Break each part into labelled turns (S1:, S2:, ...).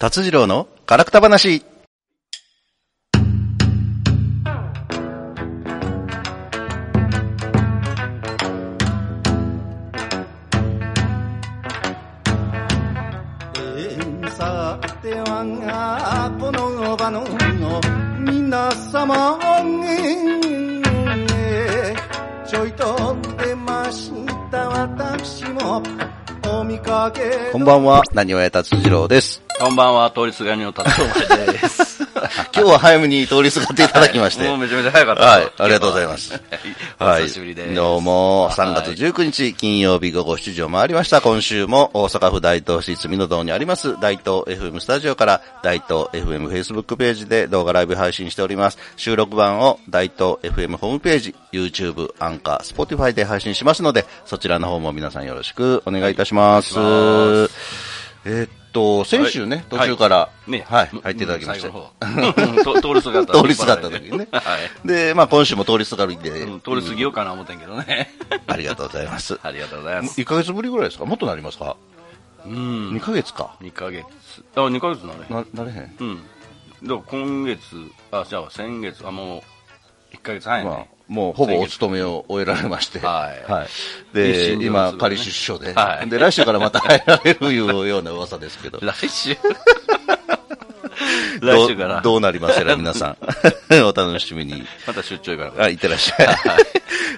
S1: 達次郎のガラクタ話。
S2: えーさてはこの場の皆様えーちょいと出ました私もお見かけ
S1: こんばんは、何をや達次郎です。
S3: こんばんは、通りすがりの達郎です。
S1: 今日は早めに通りすがっていただきまして。
S3: も
S1: は
S3: う
S1: い、
S3: めちゃめちゃ早かった。
S1: ありがとうございます。
S3: は。
S1: はいい、
S3: お久しぶりです。
S1: どうも、3月19日、金曜日午後7時を回りました。今週も大阪府大東市住の堂にあります、大東 FM スタジオから、大東 FM フェイスブックページで動画ライブ配信しております。収録版を大東 FM ホームページ、YouTube、アンカー、Spotify で配信しますので、そちらの方も皆さんよろしくお願いいたします。
S3: お願い
S1: えーっと、先週ね、
S3: はい
S1: 途中から、
S3: ね、
S1: はい、入っていただきまして。
S3: して。通りすがった。。
S1: 通りすがった時にね
S3: はい。
S1: で、まあ今週も通りすがるんで、
S3: うん通り過ぎようかな思ってんけどね。
S1: ありがとうございます。
S3: ありがとうございます。
S1: 1ヶ月ぶりぐらいですかもっとなりますか
S3: うん。
S1: 2ヶ月か。
S3: 2ヶ月。あ、2ヶ月なのね。
S1: な、なれへん。
S3: うん。だから今月、あ、じゃあ先月、あ、もう、1ヶ月半や
S1: まあ
S3: ね。、
S1: もうほぼお勤めを終えられまして。
S3: はい
S1: い。で、
S3: 一瞬
S1: 今
S3: ず、つ
S1: 仮出所で。
S3: はい
S1: で、来週からまた入られるいうような噂ですけど。
S3: 来週来週から。
S1: どうどうなりますか皆さ ん。お楽しみに。
S3: また出張行かな
S1: はい、いってらっし ゃい。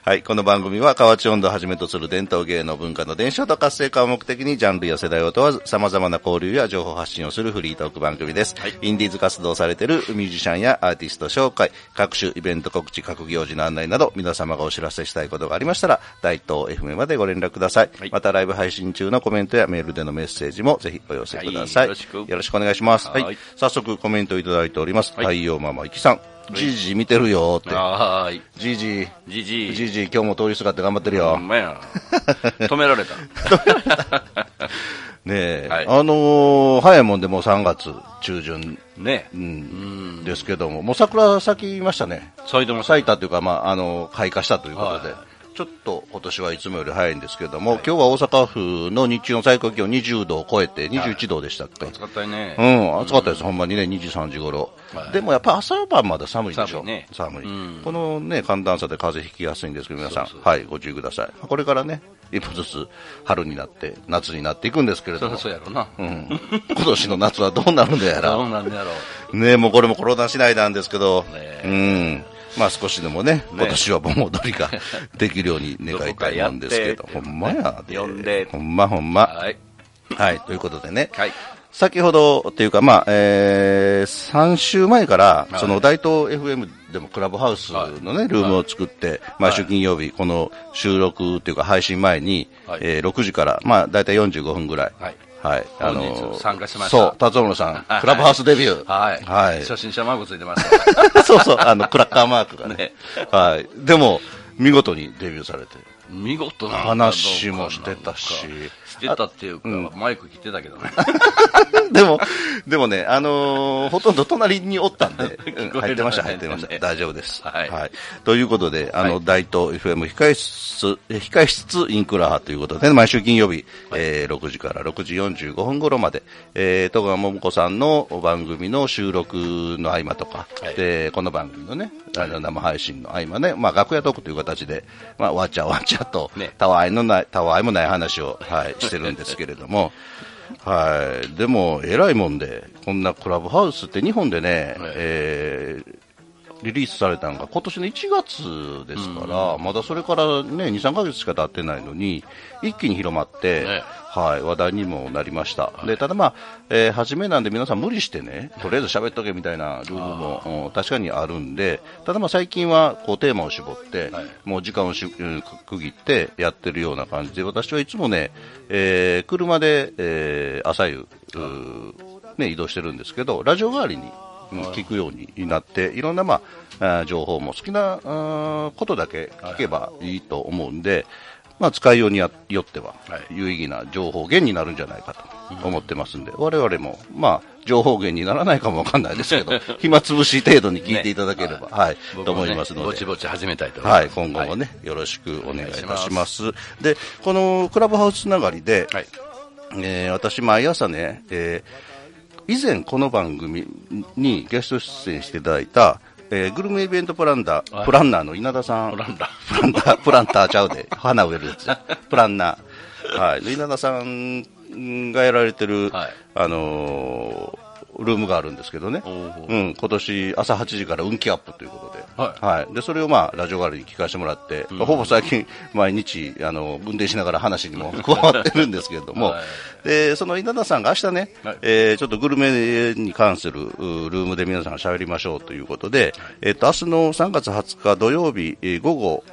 S1: はい、この番組は河内音頭をはじめとする伝統芸能文化の伝承と活性化を目的にジャンルや世代を問わず様々な交流や情報発信をするフリートーク番組です。インディーズ活動されているミュージシャンやアーティスト紹介、各種イベント告知、各行事の案内など皆様がお知らせしたいことがありましたら、大東 FM までご連絡ください。
S3: はい
S1: またライブ配信中のコメントやメールでのメッセージもぜひお寄せください。
S3: はいよろしく
S1: よろしくお願いします。は
S3: はいい。
S1: 早速コメントいただいております。
S3: はい
S1: 太陽ママイキさん。じいじ見てるよーって。
S3: はーい。
S1: じいじ、
S3: じじい。
S1: じいじ、今日も通りすがって頑張ってる
S3: ほ
S1: よ。
S3: ん
S1: ね
S3: まや。止められた。
S1: え、
S3: はい
S1: あのー早いもんでもう3月中旬、
S3: ね
S1: うんですけども、もう桜咲きましたね。
S3: 埼玉
S1: 咲いたというか、まあ、あの、開花したということで、
S3: は
S1: ちょっと今年はいつもより早いんですけども、今日は大阪府の日中の最高気温20度を超えて21度でしたっけ、
S3: 使ったりね。
S1: うん、暑かったです、ほんまにね、2時、3時頃、
S3: はい
S1: でもやっぱ朝晩まだ寒いでしょ、
S3: 寒いね
S1: 寒い
S3: うん
S1: このね、寒暖差で風邪ひきやすいんですけど、皆さん、はい、ご注意ください。これからね、一歩ずつ春になって、夏になっていくんですけれど
S3: そり
S1: も
S3: ゃ、そうやろな。
S1: うん、今年の夏はどうなるのや
S3: ど
S1: ら、
S3: うなんだろ
S1: ね、もうこれもコロナ次第なんですけど、
S3: ね
S1: うん。まあ少しでもね、
S3: ね
S1: 今年は盆踊りが できるように願いたいもんですけど、
S3: どこ
S1: ほ
S3: かやって
S1: んまや
S3: 呼んで
S1: ほんまほん
S3: う。
S1: ま。
S3: はい。
S1: はい、ということでね、
S3: はい。
S1: 先ほどっていうか、まあ、えー、3週前から、
S3: はい
S1: その大東 FM でもクラブハウスのね、ルームを作って、毎週金曜日、この収録っていうか配信前に、
S3: はい
S1: えー6時から、まあ、大体45分ぐらい。
S3: はい
S1: はい。
S3: 本日参加しました
S1: そう、達夫さん、
S3: はい
S1: クラブハウスデビュー。
S3: はい。
S1: はい。
S3: 初心者マークついてました。
S1: そうそう、あの、クラッカーマークがね。
S3: ね
S1: はい。でも、見事にデビューされて。
S3: 見事な。
S1: 話もしてたし
S3: してたっていうか、マイク切ってたけどね。
S1: でも、でもね、あのーほとんど隣におったん で、うん
S3: こ
S1: 入
S3: える
S1: ってました、入ってました。
S3: ね
S1: 大丈夫です。
S3: はい
S1: ということで、あの、
S3: は
S1: 大東 FM 控え室、え控え室インクラハということで、毎週金曜日、えー6時から6時45分頃まで、えー、戸川桃子さんの番組の収録の合間とか、
S3: はい
S1: で、この番組のね、あの生配信の合間ね、まあ、楽屋トークという形で、まあ、わちゃわちゃと、
S3: ね
S1: たわいのない、たわいもない話を、はい、してるんですけれど も、はい、でも、えらいもんで、こんなクラブハウスって日本でね、
S3: はい
S1: えーリリースされたのが今年の1月ですから、まだそれからね、2、3ヶ月しか経ってないのに、一気に広まって、
S3: ね
S1: はい、話題にもなりました。で、ただまあ、えー初めなんで皆さん無理してね、とりあえず喋っとけみたいなルールもうん確かにあるんで、ただまあ最近はこうテーマを絞って、
S3: はい
S1: もう時間をしうん区切ってやってるような感じで、私はいつもね、えー車で、えー朝夕、うーね、移動してるんですけど、ラジオ代わりに、うん聞くようになって、いろんな、まあ、あー情報も好きなあーことだけ聞けばいいと思うんで、まあ、使いようにやよっては
S3: は
S1: 有意義な情報源になるんじゃないかと思ってますんで、我々も、まあ、情報源にならないかもわかんないですけ ど、暇つぶし程度に聞いていただければ、
S3: ね
S1: はい、
S3: 僕
S1: と
S3: もね
S1: 思いますので。
S3: ぼちぼち始めたいと思
S1: はいい、
S3: ます。
S1: 今後も
S3: はい。
S1: ね、よろしくお願いいたし
S3: お
S1: ま
S3: 願い
S1: す。
S3: し
S1: で、このクラブハウスつながりで、
S3: はい。
S1: えー私、毎朝ね、えー以前この番組にゲスト出演していただいた、えーグルメイベントプランダー、
S3: はい
S1: プランナーの稲田さん。
S3: プランダー
S1: プランダー、プランターちゃうで。花植えるやつ。プランナー。はい。で稲田さんがやられてる、
S3: はい
S1: あのールームがあるんですけどね。
S3: おー
S1: うん、今年朝8時から運気アップということで。
S3: はい
S1: で、それをまあ、ラジオ代わりに聞かせてもらって、ほぼ最近、 毎日、あの、運転しながら話にも加わってるんですけれども、
S3: はい
S1: で、その稲田さんが明日ね、
S3: はい
S1: えーちょっとグルメに関するうルームで皆さんが喋りましょうということで、えっ、と、明日の3月20日土曜日、えー午後、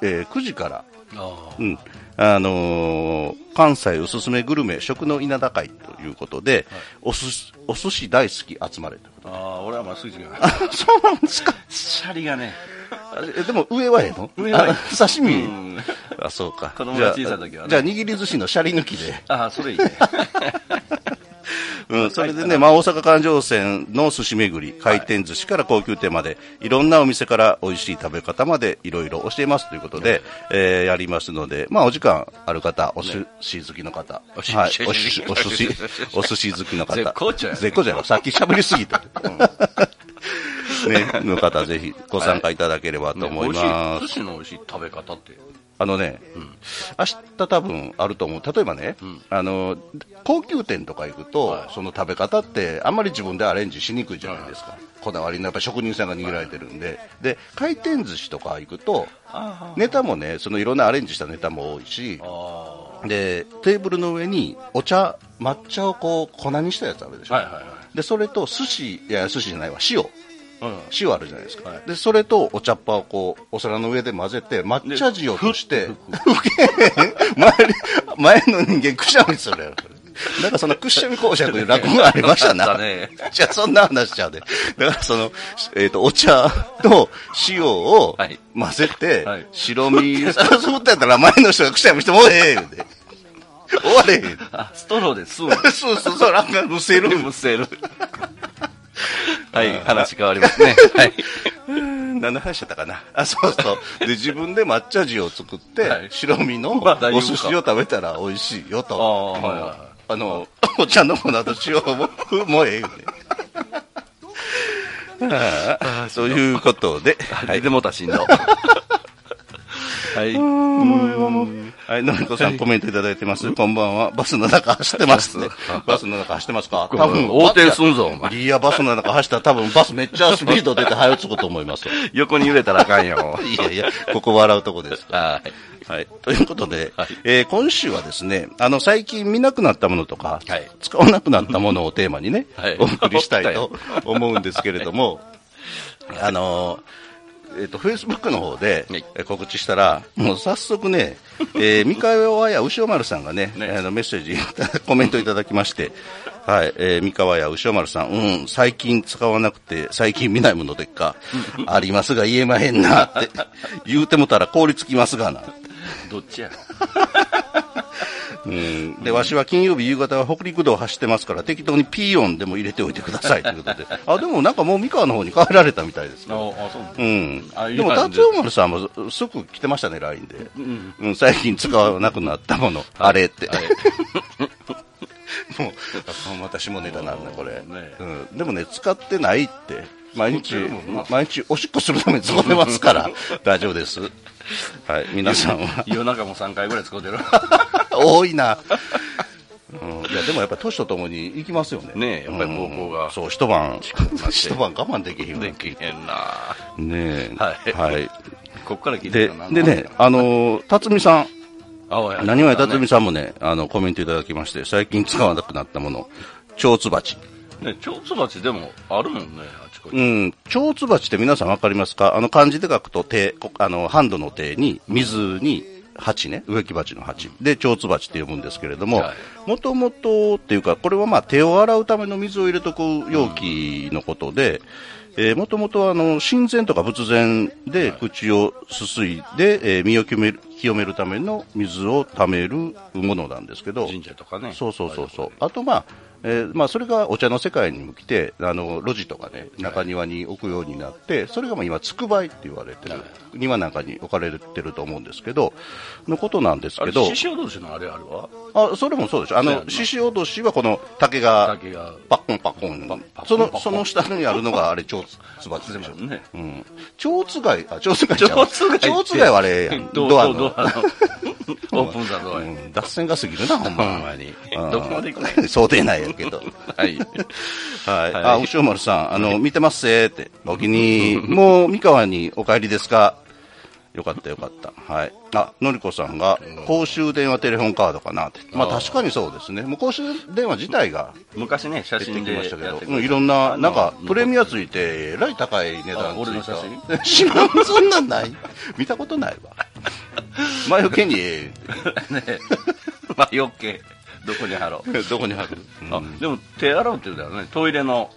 S1: えー9時から、
S3: あ
S1: うんあのー関西おすすめグルメ食の稲田会ということで、おすしお寿司大好き集まれというこ
S3: ーあー、俺はまあ好きじゃない。
S1: と そうなんですか
S3: シャリがね、
S1: えでも上はええの
S3: 上はええ
S1: あ刺
S3: う
S1: 身、
S3: ん。
S1: あそうか
S3: 子供が小さい時はね
S1: じゃあじゃあ握り寿司のシャリ抜きで、
S3: ああ、それいいね。
S1: うん、それでね、まあ、大阪環状線の寿司巡り回転寿司から高級店までいろんなお店から美味しい食べ方までいろいろ教えますということで、えーやりますので、まあ、お時間ある方お寿司好きの方、
S3: お寿司
S1: はい、
S3: お
S1: お
S3: 寿
S1: 寿
S3: 司
S1: 司お寿 司お寿司好きの方
S3: 絶好調や
S1: 絶好調やろさっき喋りすぎた、 ね、の方ぜひご参加いただければと思います、
S3: ね美味しい、寿司の美味しい食べ方って。
S1: あのね、明日多分あると思う、例えばね、あの高級店とか行くと、
S3: はい
S1: その食べ方って、あんまり自分でアレンジしにくいじゃないですか、こだわりのやっぱ職人さんが握られてるんで、で回転寿司とか行くと、ネタもね、そのいろんなアレンジしたネタも多いし、
S3: あ
S1: でテーブルの上にお茶、抹茶をこう粉にしたやつあるでし
S3: あ。
S1: ょ、
S3: はいは
S1: でそれと寿司、いや、寿司じゃないわ、塩。
S3: いはい。
S1: 塩あるじゃないですか、
S3: はい
S1: でそれとお茶っ葉をこうお皿の上で混ぜて抹茶塩として前に 前の人間くしゃみするやろなんかそのくしゃみ講釈という落語がありましたな。
S3: あったね
S1: じゃあそんな話しちゃうで。だからその、えっ、と、お茶と塩を
S3: はい
S1: 混ぜて、
S3: はい
S1: 白身、そうそうったやったら前の人がくしゃみしてもうええ言うて。終われへん。
S3: あストローで吸うの。
S1: そうそうそう、なんかむせる。
S3: むせ る。はい、話変わりますね。はい。
S1: 何の話だったかな あそうそうで自分で抹茶塩を作って、
S3: はい
S1: 白身の
S3: まあ大丈夫か
S1: お寿司を食べたら美味しいよと
S3: あーはいはいはい
S1: あの お茶の粉と塩ももうええよねああ そういうことで、
S3: はい、でもたしんの。はい。
S1: はい、のりこさんコメントいただいてます。こんばんは。バスの中走ってますね。バスの中走ってますか多分、
S3: 横転すんぞお前
S1: いや、バスの中走ったら多分バスめっちゃスピード出て早着くと思いますよ。
S3: 横に揺れたらあかんよ。
S1: いやいや、ここ笑うとこです。
S3: はい。
S1: はい、ということで、
S3: はい
S1: えー今週はですねあの最近見なくなったものとか、
S3: はい
S1: 使わなくなったものをテーマにね、
S3: はい
S1: お送りしたい と思うんですけれども、あのーえっとフェイスブックの方で
S3: はい
S1: えー告知したら、もう早速ね、 えー、三河屋牛尾丸さんがね
S3: ね
S1: あのメッセージ、 コメントいただきまして、はいえー三河屋牛尾丸さん、うん、最近使わなくて、最近見ないものでっ か、ありますが言えまへんなって、言うてもたら凍りつきますがな。
S3: どっちや
S1: うんで、わしは金曜日夕方は北陸道を走ってますから、適当にピー音でも入れておいてくださ いということで。あ、でもなんかもう三河の方に帰られたみたいですね。
S3: あ、そう
S1: うん。
S3: あいい
S1: でも、達
S3: 感じで
S1: 夫丸さんも即来てましたね、LINE で。うん、最近使わなくなったもの、あれって。 もう、また下ネタなんだ、これ、
S3: もうね
S1: うん。でもね、使ってないって。毎日
S3: 使ってるもんな、
S1: 毎日おしっこするために使ってます から、大丈夫です。はい、皆さんは。
S3: 夜中も3回ぐらい使うて る。
S1: 多いな、うん、いやでもやっぱり年とともに行きますよね
S3: ねえやっぱり高校が
S1: うんそう一晩一晩我慢できへんよね
S3: きへんな
S1: ねえ
S3: はい
S1: はい、
S3: こっから聞い
S1: で
S3: てたな
S1: でね、あのー辰巳さん
S3: あおや
S1: 何わや辰巳さんもねあのコメントいただきまして最近使わなくなったもの蝶ツバチ
S3: ね、蝶ツバチでもあるもんね、あちこち。
S1: うん蝶ツバチって皆さんわかりますかあの漢字で書くと手こあのハンドの手に水に鉢ね植木鉢の鉢で蝶ツバチって呼ぶんですけれども、
S3: はい
S1: もともとっていうか、これはまあ手を洗うための水を入れとく容器のことで、えー、もともとはあの神前とか仏前で口をすすいで、えー身を清める清めるための水をためるものなんですけど、
S3: 神社とかね。
S1: そうそうそうそう、あとまあ、えーまあ、それがお茶の世界にも来てあの路地とかね中庭に置くようになってそれがまあ今つくばいって言われてる庭なんかに置かれてると思うんですけどのことなんです
S3: あ
S1: け
S3: れ、
S1: ど
S3: 獅子落としのあれあるわ。
S1: あそれもそうでしょあ
S3: そうやん
S1: の
S3: な
S1: 獅子落としはこの竹が
S3: 竹が。
S1: パッコンパッコン
S3: パッパッコ
S1: そ
S3: ンパッコ
S1: の
S3: ン
S1: その下にあるのがあれ蝶つばでしょ
S3: ね。
S1: うん蝶つがいあ蝶つがいちゃう
S3: 蝶番
S1: 蝶つがいはあれやん
S3: ド
S1: ド
S3: ア
S1: ア
S3: の。
S1: の
S3: ドアの。オープンザドア
S1: う
S3: や。
S1: ん脱線が過ぎるなほん
S3: ほ
S1: ま
S3: んまに
S1: うん。
S3: どこまで行くね
S1: 想定内やけど
S3: はい。
S1: はい。
S3: はい
S1: あ、牛尾丸さん、あの、見てますせーって。お気に入り、もう、三河にお帰りですかよかったよかった。はい。あ、のりこさんが、公衆電話テレホンカードかなって。まあ
S3: あー
S1: 確かにそうですね。もう公衆電話自体が
S3: 昔ね、写
S1: 出て
S3: 真
S1: き
S3: でや
S1: ま
S3: っ
S1: してた
S3: く
S1: け
S3: れた。
S1: ど、うんいろんな、なんか
S3: あの、
S1: プレミアついて、えらい高い値
S3: あ
S1: 段つ
S3: 俺の写
S1: いた。 知らん、そんなんない。見たことない わ。前受けに、え
S3: ね。まあ、余計。どこに貼ろう。
S1: ーどこにある
S3: あでも手洗うって言うだよねトイレの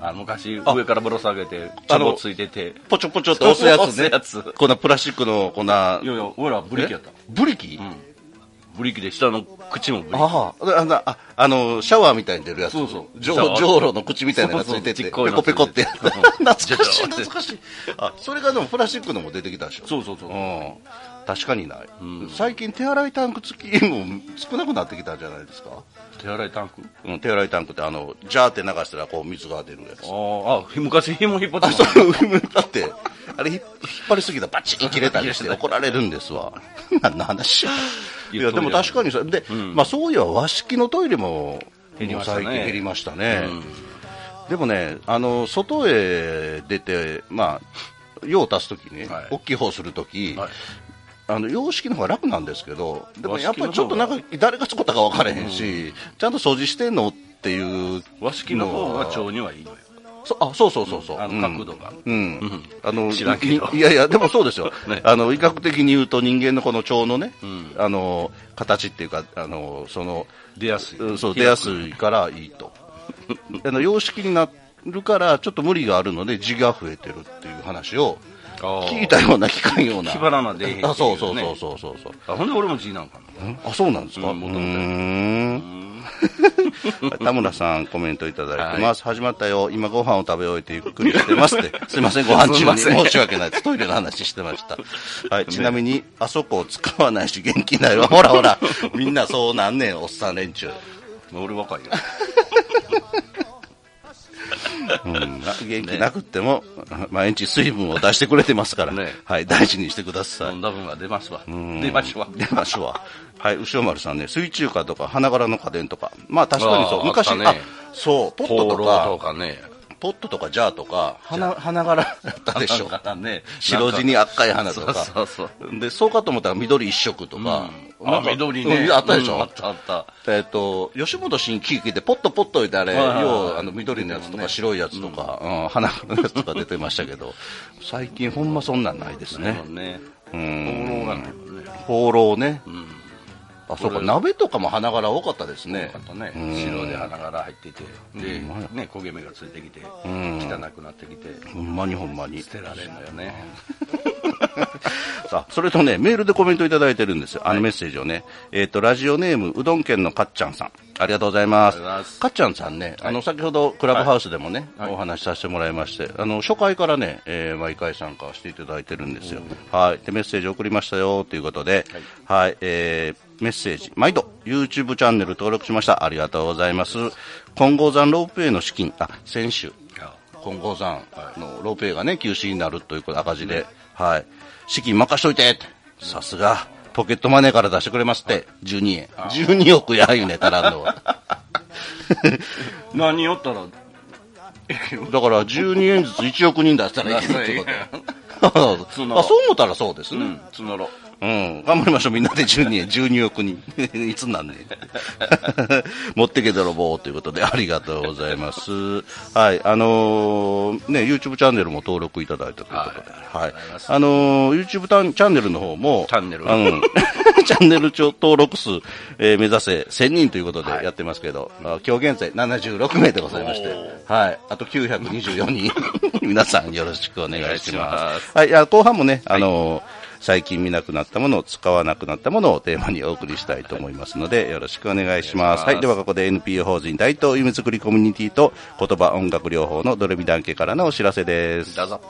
S3: あ昔上からぶら下げてチ
S1: あ
S3: ャ
S1: の
S3: ボついてて
S1: ポチョポチョって押すやつね。
S3: 押すやつ
S1: こんなプラスチックの、こんな、
S3: いやいや俺らブリキやった
S1: ブリキ、
S3: うんブリキで下の口もブリキ
S1: あああのああのシャワーみたいに出るやつ
S3: そうそう
S1: じょ
S3: シャワー
S1: じょうろの口みたいなのがついて
S3: そ
S1: て
S3: うそう
S1: ペコペコってやつ
S3: ちっこいのついてて
S1: 懐かしい
S3: うん
S1: 懐かしいあそれがでもプラスチックのも出てきたでしょ
S3: そうそうそう
S1: うん、確かにない、
S3: うん
S1: 最近手洗いタンク付きも少なくなってきたんじゃないですか、
S3: 手洗いタンク
S1: うん、手洗いタンクってあのジャーって流したらこう水が出るやつ
S3: あーあひ昔紐引っ張って
S1: あ
S3: た
S1: そうだってあれひ引っ張りすぎたらバチッ切れたりして怒られるんですわ 何の話やいやでも確かにそうで、
S3: ん
S1: まあそういえば和式のトイレも
S3: 減りましたね
S1: もう最近減りましたね、
S3: うん
S1: でもねあの外へ出てまあ用を足すときね、
S3: はい
S1: 大きい方するとき、
S3: はい
S1: あの洋式の方が楽なんですけどでも
S3: 和式
S1: や
S3: の
S1: っぱり
S3: 方が
S1: ちょっとなんか誰が使ったか分からへんし、ちゃんと掃除してんのっていう
S3: 和式の方が腸にはいいのよ
S1: そあそうそうそうそう、
S3: あの角度が
S1: うん
S3: うん
S1: あの
S3: 知らんけど
S1: いいやいや、でもそうですよ、
S3: ね
S1: あの威嚇的に言うと、人間のこの腸のね、
S3: うん
S1: あの形っていうか、あのその
S3: 出やすい
S1: うんそう
S3: 開
S1: 出
S3: く
S1: やすいからいい と、あの様式になるから、ちょっと無理があるので、字が増えてるっていう話を
S3: あー
S1: 聞いたような、聞かんような、
S3: 気張らなでえへんっていうね
S1: あそうそうそうそうそうそう、
S3: あほんで俺も G なんかな
S1: あそうなんですか、
S3: うん元々
S1: うーん 田村さんコメントいただいてます、始まったよ今ご飯を食べ終えてゆっくりしてますって すいませんご飯中に
S3: すいません
S1: 申し訳ないですトイレの話してました、はい、ちなみにあそこを使わないし元気ないわほらほらみんなそうなんねんおっさん連中
S3: 俺若 いよ
S1: うんな元気なくっても、毎日水分を出してくれてますから、
S3: ね
S1: はい、大事にしてくださ
S3: 飲
S1: い
S3: んだ分が出ますわ出ますわ
S1: 出ましょうはい牛尾丸さんね水中華とか花柄の家電とかまあ確かにそ
S3: あ
S1: う
S3: ー
S1: 昔
S3: あ
S1: あ,、
S3: ったね
S1: そうポッ
S3: 灯
S1: ト
S3: 籠
S1: とか
S3: と かね
S1: ポットとかジャーとか花花柄だったでしょ
S3: なんかね
S1: 白地に赤い花とか
S3: そうそう
S1: でそうかと思ったら緑一色とか,、
S3: うんあ緑ね
S1: うんあったでしょ、
S3: うんあったあった
S1: えっと吉本新喜劇でポットポット言うてあれ、
S3: はいはいはい
S1: ようあの緑のやつとか白いやつとか、うん花のやつとか出てましたけど最近ほんまそんなんないですね
S3: もうね
S1: うん
S3: 灯籠がないもんね
S1: 放浪ね、
S3: ん
S1: あそうか
S3: これ
S1: 鍋とかも花柄多かったですね
S3: よかったね
S1: うん
S3: 白で花柄入っててで
S1: ほんまや
S3: ね焦げ目がついてきて
S1: ん
S3: 汚くなってきて
S1: ほんまにほんまに
S3: 捨てられんのよね
S1: さあ、それとね、メールでコメントいただいてるんですよ。あのメッセージをね。えっ、と、ラジオネーム、うどん県のかっちゃんさん。ありがとうございます。
S3: ありがとうございます
S1: かっちゃんさんね、あの、先ほど、クラブハウスでもね、お話しさせてもらいまして、あの、初回からね、えー毎回参加していただいてるんですよ。はい。で、メッセージ送りましたよ、ということで、はい、えーメッセージ、毎度、YouTube チャンネル登録しました。ありがとうございます。金剛山ロープウェイの資金、あ、先週、金剛山のロープウェイがね、休止になるということ赤字で、はい。資金任しといてってさすが、ポケットマネーから出してくれますって、12円。12億や、言うね、足らんの は。
S3: 何よったら
S1: だから、12円ずつ1億人出したらいいって こと
S3: そう
S1: あそう思ったらそうです
S3: う
S1: ね
S3: ん、募ろう
S1: うん、頑張りましょうみんなで12円12億 人いつなんねん 持ってけ泥棒ということでありがとうございますはいあのーね YouTube チャンネルも登録いただいたということで、はいあのー YouTube タンチャンネルの方も
S3: チャンネル
S1: あの チャンネル帳登録数、えー目指せ1000人ということでやってますけど、あ今日現在76名でございましてはいあと924人 皆さんよろしくお願いします
S3: お願いします
S1: はい、いや後半もね、あのー最近見なくなったものを使わなくなったものをテーマにお送りしたいと思いますので、よろしくお願いします。
S3: お願いします
S1: はい。では、ここで NPO 法人大東夢作りコミュニティと言葉音楽療法のドレミ団家からのお知らせです。
S3: どうぞ。。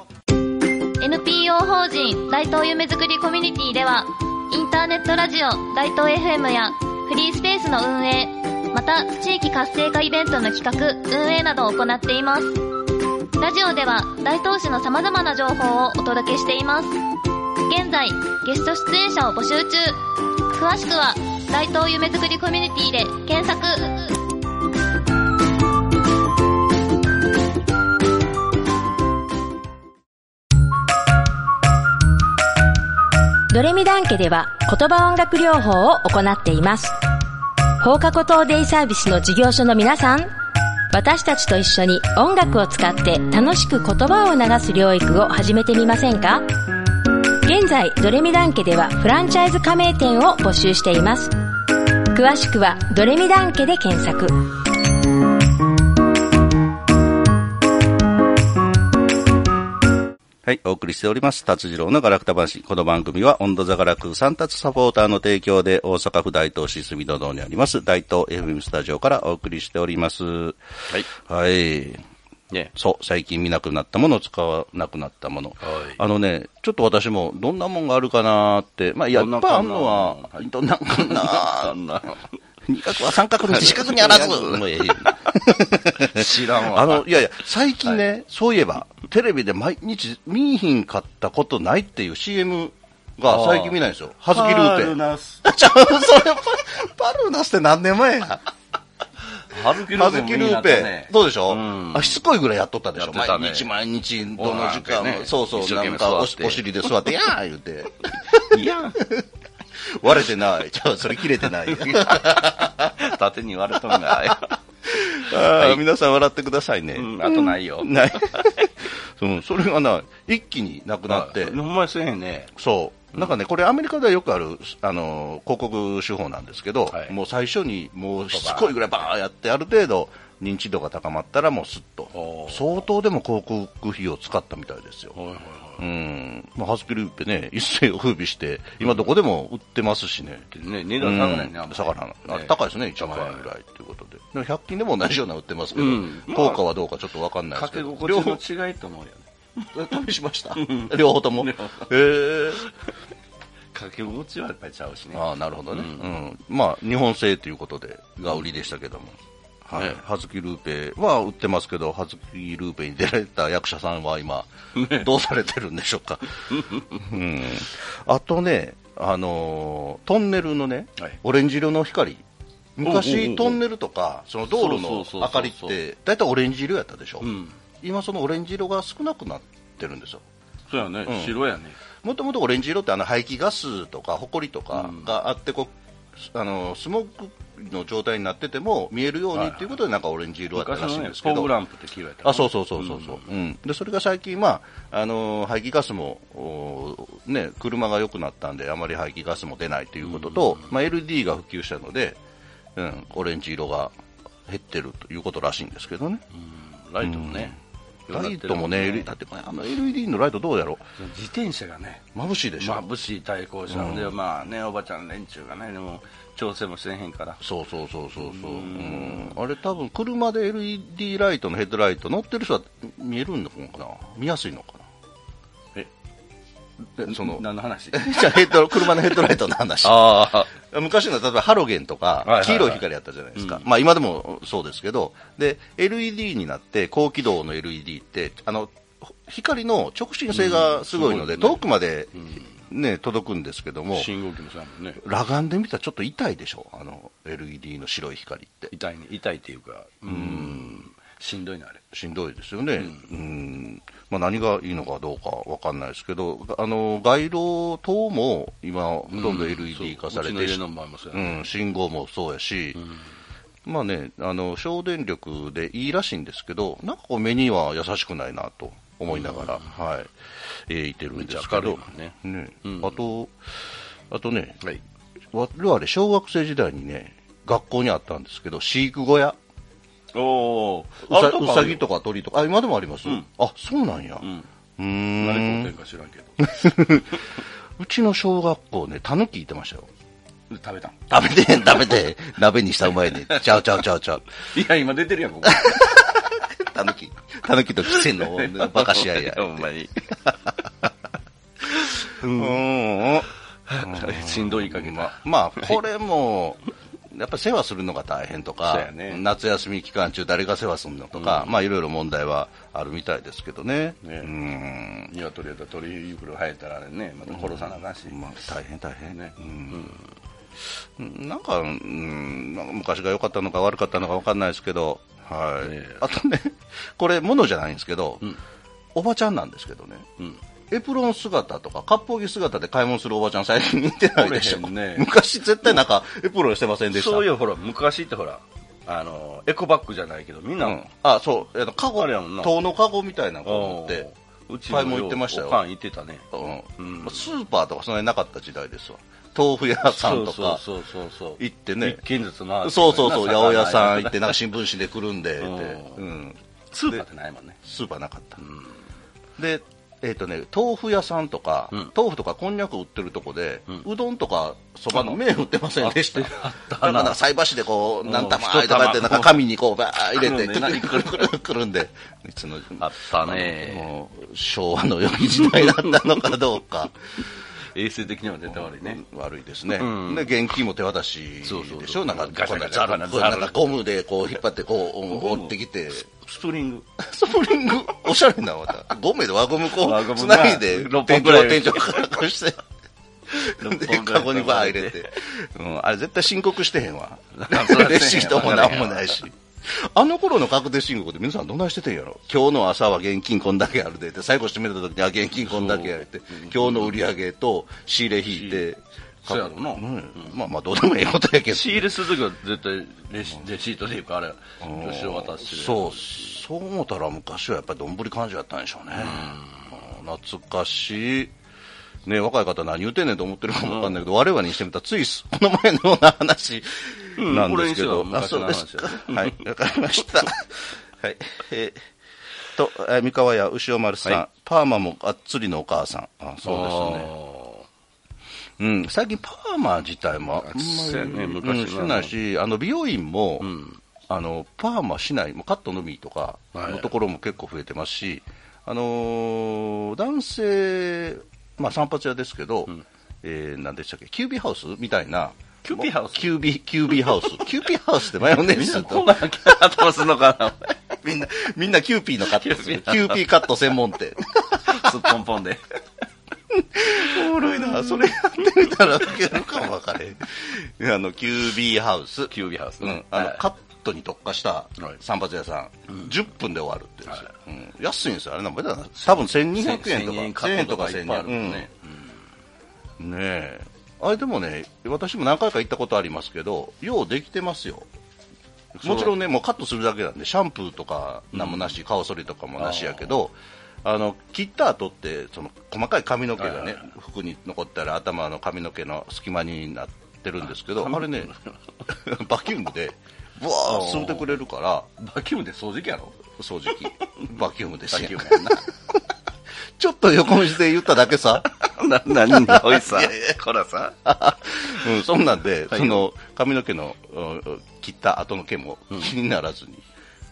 S4: NPO 法人大東夢づくりコミュニティではインターネットラジオ大東 FM やフリースペースの運営また地域活性化イベントの企画運営などを行っていますラジオでは大東市の様々な情報をお届けしています現在ゲスト出演者を募集中詳しくは大東夢づくりコミュニティで検索
S5: ドレミダン家では言葉音楽療法を行っています。放課後等デイサービスの事業所の皆さん、私たちと一緒に音楽を使って楽しく言葉を流す療育を始めてみませんか現在、ドレミダン家ではフランチャイズ加盟店を募集しています。詳しくはドレミダン家で検索。
S1: はい、お送りしております。達次郎のガラクタ話。この番組は、温度座ガラク三達サポーターの提供で、大阪府大東市住の堂にあります、大東 FM スタジオからお送りしております。はいはい。
S3: ね。
S1: そう、最近見なくなったもの、使わなくなったもの。
S3: はい
S1: あのね、ちょっと私も、どんなもんがあるかなーって、まあ、やっぱあんのは、ど
S3: ど
S1: んなもんかな
S3: あ
S1: ー
S3: んな。
S1: 二角は三角に四角にあらずもうええ
S3: 知らん わ。
S1: あの、いやいや、最近ね、そういえば、テレビで毎日見いひんかったことないっていう CM が最近見ないんですよ。はずきルー
S3: パル
S1: テン。
S3: ナス。
S1: ちゃう、それ、パルナスって何年前や
S3: はずきル
S1: は
S3: ーペ
S1: ず
S3: ン
S1: き
S3: も
S1: ル
S3: いいな
S1: ー
S3: ってね
S1: ペ、どうでしょ
S3: ん
S1: あ、しつこいぐらいやっとったでしょ
S3: やってたね
S1: 毎日毎日、どの時間
S3: おなん
S1: も。
S3: かね
S1: そうそう
S3: 一、生
S1: な
S3: 懸
S1: ん
S3: 命
S1: かお
S3: 座
S1: お
S3: って
S1: 尻で座って、やー言うて。
S3: いや、
S1: 割れてない。ちょ、それ切れてない。
S3: 縦に割れとんが。
S1: あー皆さん笑ってくださいね。
S3: うん、あとないよ。
S1: ない。 そうそれがな、一気に なくなって
S3: ほ。んまにせえへんね。
S1: そう、なんかね、これ、アメリカではよくあるあの広告手法なんですけど、
S3: はい
S1: もう最初にもうしつこいぐらいばーやって、ある程度、認知度が高まったら、もうすっと
S3: お、ー
S1: 相当でも広告費を使ったみたいですよ、
S3: はいはいはい。
S1: うん、まあ、ハスキルーペね、一世を風靡して、今、どこでも売ってますしね。
S3: でね、値
S1: う
S3: 段
S1: ん
S3: 下がらないね。あんまり
S1: 下がらないあ
S3: ね
S1: 高いですね、1万
S3: 高
S1: 円ぐらいということで、でも100均でも同じような売ってますけど、
S3: うんまあ
S1: 効果はどうかちょっと分かんないで
S3: か
S1: すけ
S3: け
S1: ど、
S3: 心地の違いと思うよね。
S1: 両方試しました、両方とも。
S3: 両
S1: え
S3: 方
S1: ー
S3: かけ心地はやっぱりちゃうしね。
S1: ああ、なるほどね。う。
S3: うん
S1: まあ、日本製ということで、が売りでしたけども。はい
S3: ね。
S1: はずきルーペは売ってますけど、はずきルーペに出られた役者さんは 今、どうされてるんでしょうか。うん。あとね、あのートンネルのね、
S3: はい
S1: オレンジ色の光。
S3: おうおうお
S1: 昔、
S3: う
S1: トンネルとか、その道路
S3: そうそう
S1: の
S3: そうそう
S1: 明かりって、だいたいオレンジ色やったでしょ。
S3: うん。
S1: 今、そのオレンジ色が少なくなってるんですよ。
S3: そうやね
S1: うん。
S3: 白やね。
S1: もともとオレンジ色ってあの排気ガスとか埃とかがあってこう、あのスモークの状態になってても見えるようにっていうことでなんかオレンジ色だった
S3: 昔
S1: らしい
S3: の
S1: ん
S3: ね
S1: で、す
S3: フォ
S1: け
S3: ー
S1: ど
S3: グ。ランプって黄色やったね。
S1: あそうそうそうそうそう、うんでそれが最近、まああのー排気ガスも、おーね、車が良くなったんで、あまり排気ガスも出ないということと、まあ、LD が普及したので、うん、オレンジ色が減ってるということらしいんですけどね、
S3: ライトもね。
S1: ライトもね、
S3: 夜
S1: LED だって、あの LED のライトどうやろ
S3: 自転車がね、
S1: う、眩しいでしょ、
S3: 眩しい対向車で、まあね、おばちゃん連中がね、でも調整もしてへんから。
S1: そうそうそうそうそう、うんあれ多分車で LED ライトのヘッドライト乗ってる人は見えるのかな見やすいのか
S3: え
S1: なでその
S3: 何の 話
S1: じゃあヘッド車のヘッドライトの話
S3: ああ。
S1: 昔の例えばハロゲンと
S3: いはい
S1: か
S3: はい
S1: 黄色い光あったじゃないですか、まあ今でもそうですけどで LED になって高軌道の LED ってあの光の直進性がすごいので、
S3: うんすごいね
S1: 遠くまで、ね、届くんですけども
S3: 信号機もそうやもんね。
S1: 裸眼で見たらちょっと痛いでしょあの LED の白い光って
S3: 痛いね。痛いっていうか、うん。しんどいな、あれ。
S1: しんどいですよね、うんまあ、何がいいのかどうかわかんないですけど、あの街路灯も今、ほとんど LED 化され
S3: うんそうう
S1: て
S3: ち
S1: し、
S3: の家の前もそう
S1: う
S3: やね。
S1: ん、信号もそうやし、まあね、あの省電力でいいらしいんですけど、なんかこう、目には優しくないなと思いながら、はいえーいてるんですけ
S3: めっ
S1: ど
S3: ちゃ明るい、
S1: ね
S3: うん
S1: あと、あとね、
S3: はい。
S1: 我々、小学生時代にね、学校にあったんですけど、飼育小屋。
S3: おお。
S1: うさうさぎとか鳥とか、あ、今でもあります、
S3: ん
S1: あ、そうなんや。う
S3: うん。
S1: ー
S3: 何
S1: ん。
S3: 買うてんか知らんけど。
S1: うちの小学校ね、タヌキいてましたよ。
S3: 食べたん
S1: 食べて、 食べて、鍋にしたうまいね。ちゃうちゃうちゃうちゃう。
S3: いや、今出てるやん、ここ。
S1: タヌキ、タヌキとキセの バカし合いや。
S3: ほんまに。
S1: うん。
S3: しんどいかけた。
S1: まあ、これも、やっぱ世話するのが大変と
S3: そう
S1: か
S3: や、ね
S1: 夏休み期間中誰が世話するのとか、まあいろいろ問題はあるみたいですけどね。
S3: ね
S1: うん。
S3: 鶏やったら鳥インフル生えたらあれね、また殺さなあかんし。
S1: まあ大変大変。
S3: ね
S1: うんなんか、うん、なんか昔が良かったのか悪かったのか分かんないですけど、はい。
S3: ねえ
S1: あとね、これ、ものじゃないんですけど、
S3: うん
S1: おばちゃんなんですけどね、
S3: うん。
S1: エプロン姿とか、割烹着姿で買い物するおばちゃん、最近見てないでしょ。
S3: おれへんね
S1: 昔、絶対なんか、エプロンしてませんでした。
S3: そうい、うほら、昔ってほら、あの、エコバッグじゃないけど、みん
S1: う
S3: な、
S1: ん、あ、そう、あのカゴ、
S3: あれやもんな
S1: 遠のカゴみたいなのを持って
S3: で、、うち
S1: 買い物行ってましたよ
S3: おかん行ってたね。
S1: うん
S3: うん
S1: まあスーパーとかそんなになかった時代ですわ。豆腐屋さんとか
S3: そうそうそうそう。
S1: 行ってね
S3: 一、軒ずつ回って。
S1: そうそうそう、八
S3: な
S1: 百屋さん行っ。
S3: 魚屋
S1: て、なんか新聞紙でくるんで、って
S3: う
S1: うん、
S3: スーパーってないもんね。
S1: スーパーなかった
S3: う。ん。
S1: で、えっとね、豆腐屋さんとか、
S3: うん
S1: 豆腐とかこんにゃく売ってるとこで、
S3: うん
S1: うどんとかそばの麺売ってませんでした。
S3: あった
S1: な
S3: なん
S1: かな菜箸でこう、
S3: うん
S1: 何玉
S3: 一
S1: と
S3: 玉
S1: かやって、なんか紙にこう、ばー入れて、
S3: くるんでね
S1: くるくるくるくるんで、いつの、
S3: あったね。
S1: もう、昭和の良い時代だったのかどうか。
S3: 衛生的には絶対悪いね。
S1: 悪いですね、
S3: うん
S1: で現金も手渡しでしょ、
S3: そうそうそう
S1: なんか
S3: ガシャガシ
S1: こ
S3: ャ
S1: んな
S3: ガシャ
S1: なんかゴムでこう引っ張ってこううん折ってきて、
S3: ストリング。
S1: スプリング、おしゃれな、また。ゴムで輪ゴムこ
S3: 輪ゴ
S1: う、
S3: ム
S1: つないで、
S3: まあ
S1: 天井、
S3: 六本ぐらい
S1: 天井からこうして。
S3: 六
S1: で、
S3: 本ぐ
S1: カ
S3: らい
S1: ゴにバー入れて。うん、あれ絶対申告してへんわ
S3: あ そ。ら
S1: レ
S3: せ
S1: シ
S3: えへん
S1: ートもなんもないし。あの頃の確定申告で皆さんどないしててんやろ今日の朝は現金こんだけあるでって、最後締めた時に、あ、現金こんだけやって、今日の売り上げと仕入れ引いて、
S3: そうやろな
S1: うんまあまあどうでもええことやけど。
S3: シールするときは絶対レシレシートでいうか、あれ、後ろ渡して。
S1: そうそう思ったら昔はやっぱりどんぶり感じやったんでしょうね、うん懐かしいね若い方何言うてんねんと思ってるかもわかんないけど、我々にしてみたらついこの前のような話
S3: ん
S1: なんですけど、
S3: これにしては
S1: あそうです
S3: 昔の話や
S1: かはいわかりました はいえーとえー三河屋牛尾丸さん、
S3: は
S1: パーマもがっつりのお母さんあそうですね
S3: ね。
S1: うん最近パーマ自体もあんまり
S3: そうやね
S1: う
S3: 昔は
S1: ん、してないしあの美容院も、
S3: うん。
S1: あのパーマしない、もうカットのみとか
S3: はい
S1: のところも結構増えてますし、あのー男性、まあ、散髪屋ですけど、
S3: ん
S1: えーなんでしたっけ、キュービーハウスみたいな、
S3: キューピーハウス
S1: キュービーキュービー ハウス、キュービーハウスってマヨネー
S3: みんな
S1: ズ
S3: こん
S1: と
S3: な頭すんのかな
S1: みんな、みんなキューピーのカットです
S3: キュ
S1: る
S3: ーピー
S1: キューピーカット専門店。
S3: すっぽんぽんで。
S1: おもろいな、それやってみたら受けるかも分かれへん あの、キュービーハウス。
S3: キュービーハウス
S1: う
S3: ね
S1: ん、あの
S3: はい
S1: カットに特化した
S3: はい
S1: 散髪屋さん、10分で終わるってやつ、うん、安いんですよ、あれなんぼだな、多分1200円とか、
S3: 1000円
S1: 1000円とか
S3: い
S1: 1000
S3: っ
S1: 円
S3: ぱいあるもんね。
S1: うんねえ、あれでもね、私も何回か行ったことありますけど、ようできてますよ。もちろんね、もうカットするだけなんで、シャンプーとかなんもなし、顔剃りとかもなしやけど、あの切った後って、その細かい髪の毛がね、服に残ったら頭の髪の毛の隙間になってるんですけど、あれね、 バキュームで、ぶわー、吸うてくれるから、
S3: バキュームで掃除機やろ
S1: 掃除 機、バキュームです
S3: バ
S1: よ
S3: キュームやんな。
S1: ちょっと横道で言っただけさ。
S3: な、何だ、おいさ
S1: いやいや
S3: こらさ。
S1: うん、そんなんで、
S3: はい、
S1: その髪の毛のうん切った後の毛も気にならず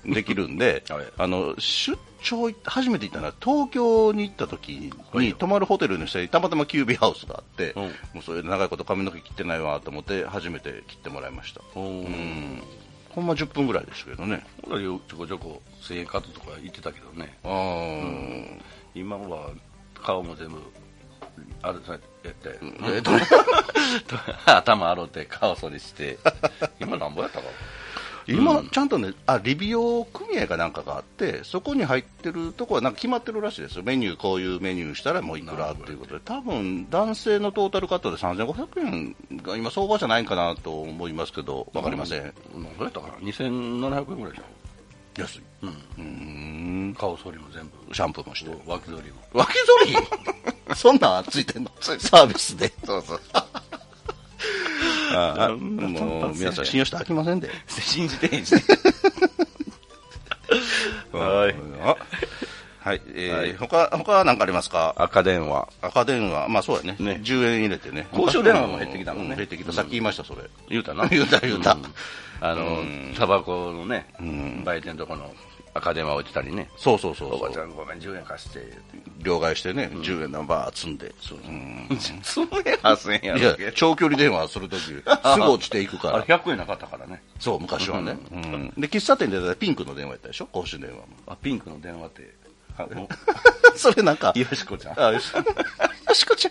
S1: にできるんで
S3: はい
S1: あの出張行った初めて行ったのは東京に行った時に泊まるホテルの下にたまたまキュービーハウスがあって、
S3: うん
S1: もうそれで長いこと髪の毛切ってないわと思って初めて切ってもらいました
S3: うん。
S1: ほんま10分ぐらいでしたけどね
S3: ほら、よちょこちょこ1000円カットとか言ってたけどね。
S1: あー
S3: 今は顔も全部、あれさ、やって。
S1: えっと
S3: 頭洗って、顔そりして。今なんぼやったか
S1: 今、ちゃんとね、あ、理美容組合かなんかがあって、そこに入ってるとこはなんか決まってるらしいですよ。メニュー、こういうメニューしたらもういくらっていうことで、多分、男性のトータルカットで3500円が今相場じゃないんかなと思いますけど、わかりません。
S3: なんぼやったかな ?2700 円ぐらいでし
S1: 安い。
S3: ょ。
S1: うー
S3: うん
S1: ん。。
S3: 顔そりも全部。
S1: シャンプーもして。
S3: 脇剃りも。
S1: 脇剃り そんなんついてんのサービスで。そう そう。ああもう皆さん信用して飽きませんで。
S3: 信じてへん
S1: はい。はい。えー
S3: はい
S1: 他、他は何かありますか
S3: 赤電話。
S1: 赤電話、まあそうやね。
S3: ね
S1: 10円入れてね。
S3: 公衆電話も減ってきたもんね
S1: う減ってきた。さっき言いました、それ。
S3: 言うたな。
S1: 言うた言うた
S3: んあの、タバコのね、売店のとこの赤電話置いてたりね。
S1: そうそうそう
S3: おばち
S1: そ
S3: ゃ
S1: うん
S3: ごめん、10円貸して。
S1: 両替してね、10円ナンバー積んで。うん
S3: それはせんや
S1: い
S3: ろ
S1: や
S3: うけ、ど。
S1: 長距離電話するとき、すぐ落ちていくか
S3: あれ
S1: ら。
S3: 100円なかったからね。
S1: そう、昔はね。うんで、喫茶店でだいたいピンクの電話やったでしょ公衆電話も。
S3: あ、ピンクの電話って。あも
S1: それなんか
S3: う、よしこちゃん。
S1: あ、よし。よしこち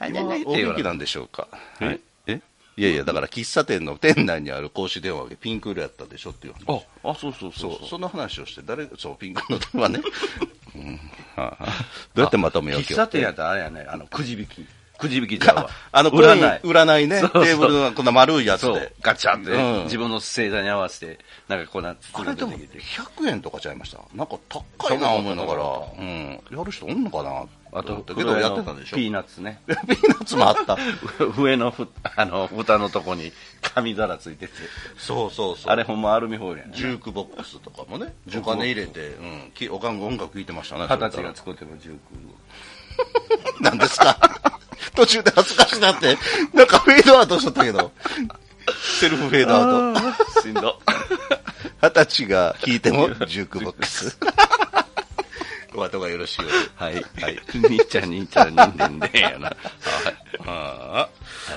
S1: ゃん。今は大元気なんでしょうか。
S3: え
S1: はいえいやいや、だから喫茶店の店内にある公衆電話がピンク色やったでしょっていう話。
S3: あ、あ、そうそう
S1: そ
S3: そうう。
S1: その話をして、誰、そう、ピンクの電 話ね。うんはあはあどうやってまとめよう。
S3: 喫茶店やったらあれやね、あの、くじ引き。くじ引きじゃうわ
S1: あの、
S3: 売らない。
S1: 占いね。テ
S3: そうそう
S1: ーブルのこんな丸いやつ
S3: そう
S1: で。、
S3: ガチャンで、
S1: うん
S3: 自分の星座に合わせて、なんかこうな、
S1: あれでも
S3: 出てきて
S1: 100円とかちゃいましたなんか高いな思いながら、うん、やる人おんのかな
S3: あ
S1: と思
S3: と
S1: っ、たけどやってたんでしょ
S3: ピ
S1: ピ
S3: ー
S1: ー
S3: ナッツね。
S1: ナッツもあった
S3: 上のふ、あの、蓋のとこに紙皿ついてて、
S1: そうそうそう
S3: あれほんまアルミホイルやね。
S1: ジュークボックスとかもね
S3: ジュ
S1: お
S3: ークボックス
S1: 金入れて、うん、きおかんが音楽聴いてましたね
S3: 二十歳が
S1: そ
S3: 作っても19。
S1: れからなんですか 途中で恥ずかしなってなんかフェードアウトしとったけどセルフフェードアウト
S3: あ、 しんど。
S1: 二十歳が聴いて もジュークボック スお後がよろしいようで
S3: はい、はい。兄ちゃん、兄ちゃん、人間でやな。
S1: ああ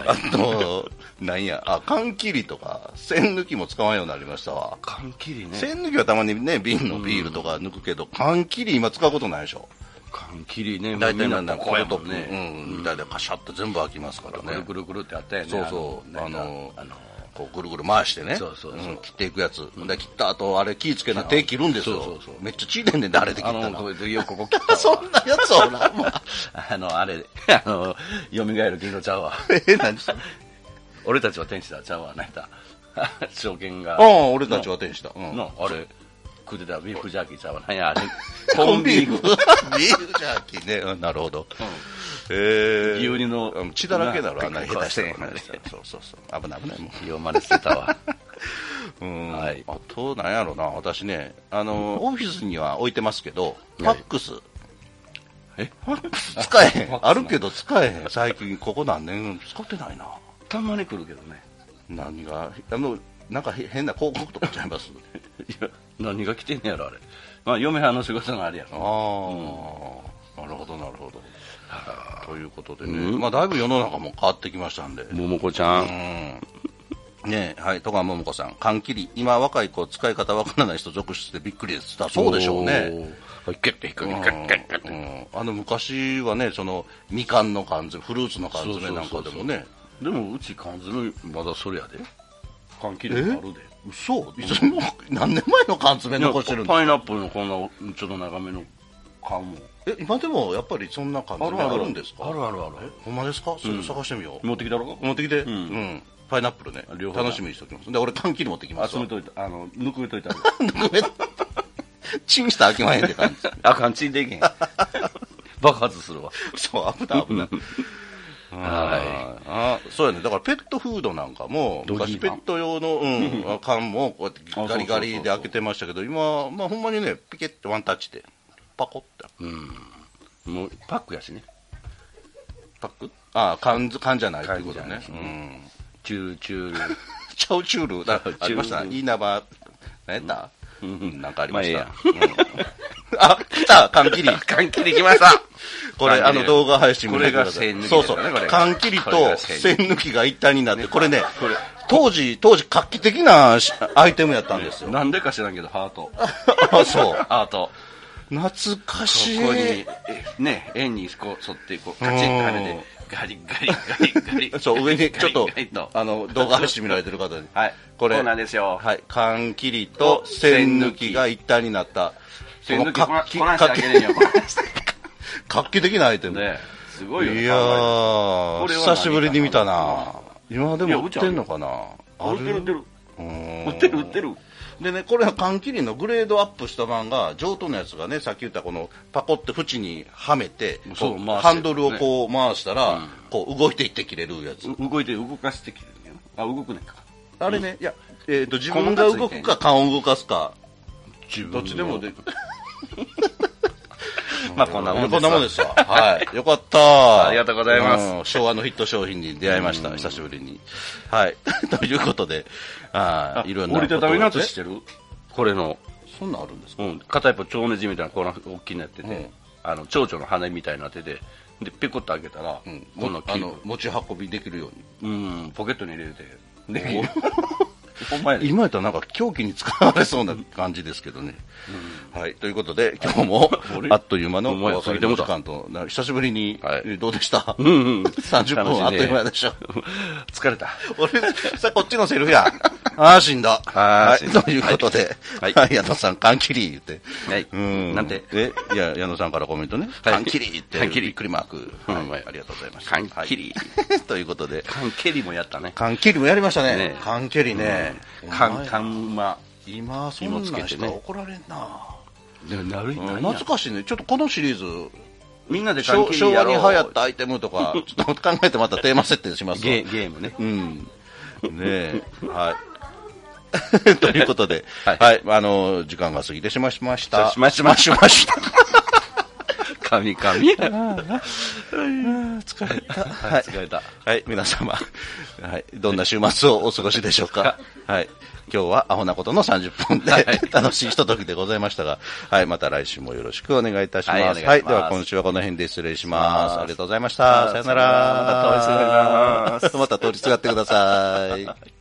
S1: あと、なんや、あ、缶切りとか、栓抜きも使わんようになりましたわ。
S3: 缶切りね。
S1: 栓抜きはたまにね、瓶のビールとか抜くけど、缶切り今使うことないでしょ。
S3: 缶切りね。
S1: 大体なんだ、
S3: こ
S1: こ
S3: れ
S1: れ
S3: と
S1: と、
S3: ね。
S1: うん、みたいでカシャって全部開きますから
S3: くる
S1: ね。
S3: くるくるってあったよね。
S1: そうそう、あ
S3: あ
S1: の
S3: の、、あの、
S1: こうぐるぐる回してね、
S3: そうそうそうん
S1: 切っていくやつ。で、切った後、あれ気ぃつけな、手切るんですよ。
S3: そうそうそう
S1: めっちゃ血出んねんで、あれで切
S3: あ
S1: った
S3: の、こ
S1: の。
S3: れよくここ切ったわ
S1: そんなやつおらんわ。
S3: あの、あれ、あの、蘇る銀河ちゃうわ。
S1: え、何それ
S3: 俺たちは天使だ、ちゃうわ、あなた。証券
S1: あ
S3: が。
S1: あ、俺たちは天使だ。うん
S3: の、あれ、食ってたビーフジャーキーちゃうわ、なんや、あれ。
S1: コンビー
S3: コ
S1: フ。 ビ
S3: ン
S1: ーフジャーキーね。うんなるほど。えー
S3: 牛乳の
S1: うん血だらけだろ、あんな
S3: な
S1: 下手して
S3: こうして
S1: そうそうそう。危ない危ない、も
S3: ビーフを真似してたわ。
S1: う。うん。
S3: はい
S1: あと、なんやろな、私ね、あの、オフィスには置いてますけど、ファックス。
S3: え
S1: ファックス使えへ
S3: ファックス
S1: ん。あるけど使えへん。最近、ここ何年使ってないな。
S3: たまに来るけどね。
S1: 何が、あの、なんかへ変な広告とかちゃい ます
S3: いや、何が来てんねやろ、あれ。まあ、嫁はんの仕事のあれや
S1: あ
S3: ろ。
S1: あ、なるほど、なるほど。ということでね、
S3: うん
S1: まあ、だいぶ世の中も変わってきましたんで。
S3: ももこちゃん。
S1: うんねえ、はい、戸川桃子さん、缶切り、今、若い子、使い方わからない人、続出してびっくりです。だそうでしょうね。
S3: おー。キュッて引っ
S1: う
S3: 掛
S1: ん
S3: け、キュッキュッキュッて。
S1: うんあの昔はね、そのみかんの缶詰、フルーツの缶詰なんかでもね、
S3: でも、うち缶詰、まだそれやで。缶切りもあるで。
S1: 嘘 いつも何年前の缶詰
S3: いや
S1: 残してるんです
S3: パイ
S1: か
S3: ナップルのこんなちょっと長めの缶も
S1: え今でもやっぱりそんな缶詰あるんですか
S3: あるあるある
S1: ほんまですかそれ探してみよう。
S3: 持ってきたろ
S1: 持ってきて、うん
S3: ん、
S1: パイナップルね
S3: 両、方だ
S1: 楽しみにしておきます。で、俺、缶切り持ってきます
S3: 集
S1: わ
S3: め。といたあのぬくめといた
S1: チンしたらあきまへんって感じ。
S3: あかんちんでいけ へん爆発するわ
S1: そう、危ない危ない。
S3: は
S1: あそうやね。だからペットフードなんかも、
S3: ド
S1: 昔
S3: ギー
S1: ペ
S3: パン
S1: ット用の、うん、缶もこうやって
S3: そうそうそうそ
S1: ガ
S3: う
S1: リガリで開けてましたけど、今、まあほんまにね、ピケッてワンタッチで、パコって。
S3: いもうパックやしね
S1: パックああ、缶ず、缶じゃないっていうこと
S3: 缶
S1: ね。
S3: じ
S1: う
S3: ゃない
S1: ん。
S3: チューチュー
S1: チャオチュール、だ
S3: チャオチュール
S1: ありました。稲葉、何やったうんなんかありました。
S3: ま
S1: うん あ、来た缶 切り。
S3: 缶切りきました
S1: これ、あ
S3: 缶切り
S1: の動画配信見てください
S3: これが栓抜きです
S1: そ
S3: よ
S1: う
S3: ね
S1: そう
S3: これ。
S1: 缶切り
S3: これ
S1: と
S3: が栓
S1: 栓
S3: 抜
S1: 抜きが一体になって、これね
S3: これ、
S1: 当時、当時画期的なしアイテムやったんですよ。
S3: なんでか知らんけどハート
S1: あ そう。
S3: ハート
S1: 懐か
S3: こ
S1: しい。
S3: こにえね円にこう沿ってこうカチンとはめてガリガリガリ ガリ
S1: そう、上にちょっと
S3: ガリガリ、
S1: あの、動画配信見られてる方に。
S3: はい
S1: これ。
S3: そうなんですよ
S1: はい。缶切りと栓抜きが一体になった。
S3: 栓抜き
S1: この画期
S3: こなしてあげれんよこなして
S1: 画期的なアイテム。
S3: ねすごいよね
S1: いやー、
S3: これは何
S1: 久しぶりに見たな。今で
S3: いや
S1: も売ってんのかな
S3: 売ってる売ってる
S1: 売
S3: 売ってる売ってる
S1: でね、これは缶切りのグレードアップした版が、上等のやつがね、さっき言ったこの、パコって縁にはめて、
S3: そ
S1: こう
S3: う回してね
S1: ハンドルをこう回したら、こう動いていって切れるやつ。
S3: う動いて動かしてきてるねあ動くないか
S1: あれね、いや、えっ、と、自
S3: こん
S1: 分
S3: な
S1: が
S3: ついてんね
S1: 動くか、缶を動かすか、
S3: 自分
S1: どっちでもで、
S3: まあこんなもんですわ
S1: こんなもんですわ。はい。 よかっ
S3: あ
S1: た。
S3: りがとうございます
S1: うん昭和のヒット商品に出会いました。久しぶりに。はい。 ということで、あーいろんな
S3: 折りたたみのやつ
S1: こ
S3: 知ってるこれの、
S1: とをねそんなんあるんですか
S3: うん、片一方蝶ネジみたいなこんな大きいのやってて、
S1: うん
S3: あの蝶々の羽みたいになっててでピコッと開けたら、
S1: うん。
S3: こんな
S1: もあ
S3: 金
S1: の、持ち運びできるように。
S3: うんポケットに入れてできる お前
S1: 今やったらなんか狂気に使われそうな感じですけどね。はい。ということで、今日も
S3: あ、れ
S1: あっという間の
S3: お
S1: お
S3: 前
S1: 別れの時間とな、久しぶりに
S3: はい、
S1: えどうでした
S3: うんうん
S1: ?30
S3: 楽しい
S1: 分
S3: ね
S1: あっという間でしょ。
S3: 疲れた
S1: 俺、さ、こっちのセリフや。ああ、死んだ。
S3: あー
S1: は
S3: 死
S1: い。
S3: んだ
S1: ということで、
S3: はい
S1: はい。矢野さん、缶切り言って。
S3: はい
S1: うん。
S3: なんて
S1: え、いや、矢野さんからコメントね。
S3: はい
S1: 缶切りって。
S3: 缶切り
S1: びっくりマーク。
S3: うん
S1: はいはい。ありがとうございました。
S3: 缶切り
S1: はい。 ということで、
S3: 缶蹴りもやったね
S1: 缶切りもやりましたね
S3: ね。
S1: 缶蹴りね。
S3: 缶
S1: 缶。
S3: 缶馬
S1: 今、そ
S3: 芋
S1: ん
S3: つ
S1: な
S3: け
S1: ん
S3: て
S1: し
S3: ね
S1: か怒られんな。
S3: なる
S1: うん懐かしいね。ちょっとこのシリーズ、
S3: みんなで缶
S1: 昭
S3: 蹴
S1: 昭
S3: り
S1: 和
S3: や
S1: に
S3: ろ
S1: 流
S3: う
S1: 行ったアイテムと か、ちょっと考えてまたテーマ設定しますわ
S3: ゲゲームね
S1: うん。ねえ。はい。 ということで、は
S3: はいい、
S1: あの、時間が過ぎてしまいました。
S3: しましましました。神神。疲れた。はい、疲れた。
S1: はい、皆様、はい、どんな週末をお過ごしでしょうか。はい。今日はアホなことの30分で、楽しいひとときでございましたが、はい、また来週もよろしくお願いいたします。
S3: はいお
S1: は
S3: 願い
S1: い、
S3: します
S1: では今週はこの辺で失礼しま
S3: し
S1: す。
S3: ます
S1: ありがとうございました。さよなら。
S3: また通りすがります
S1: また通りすがってください。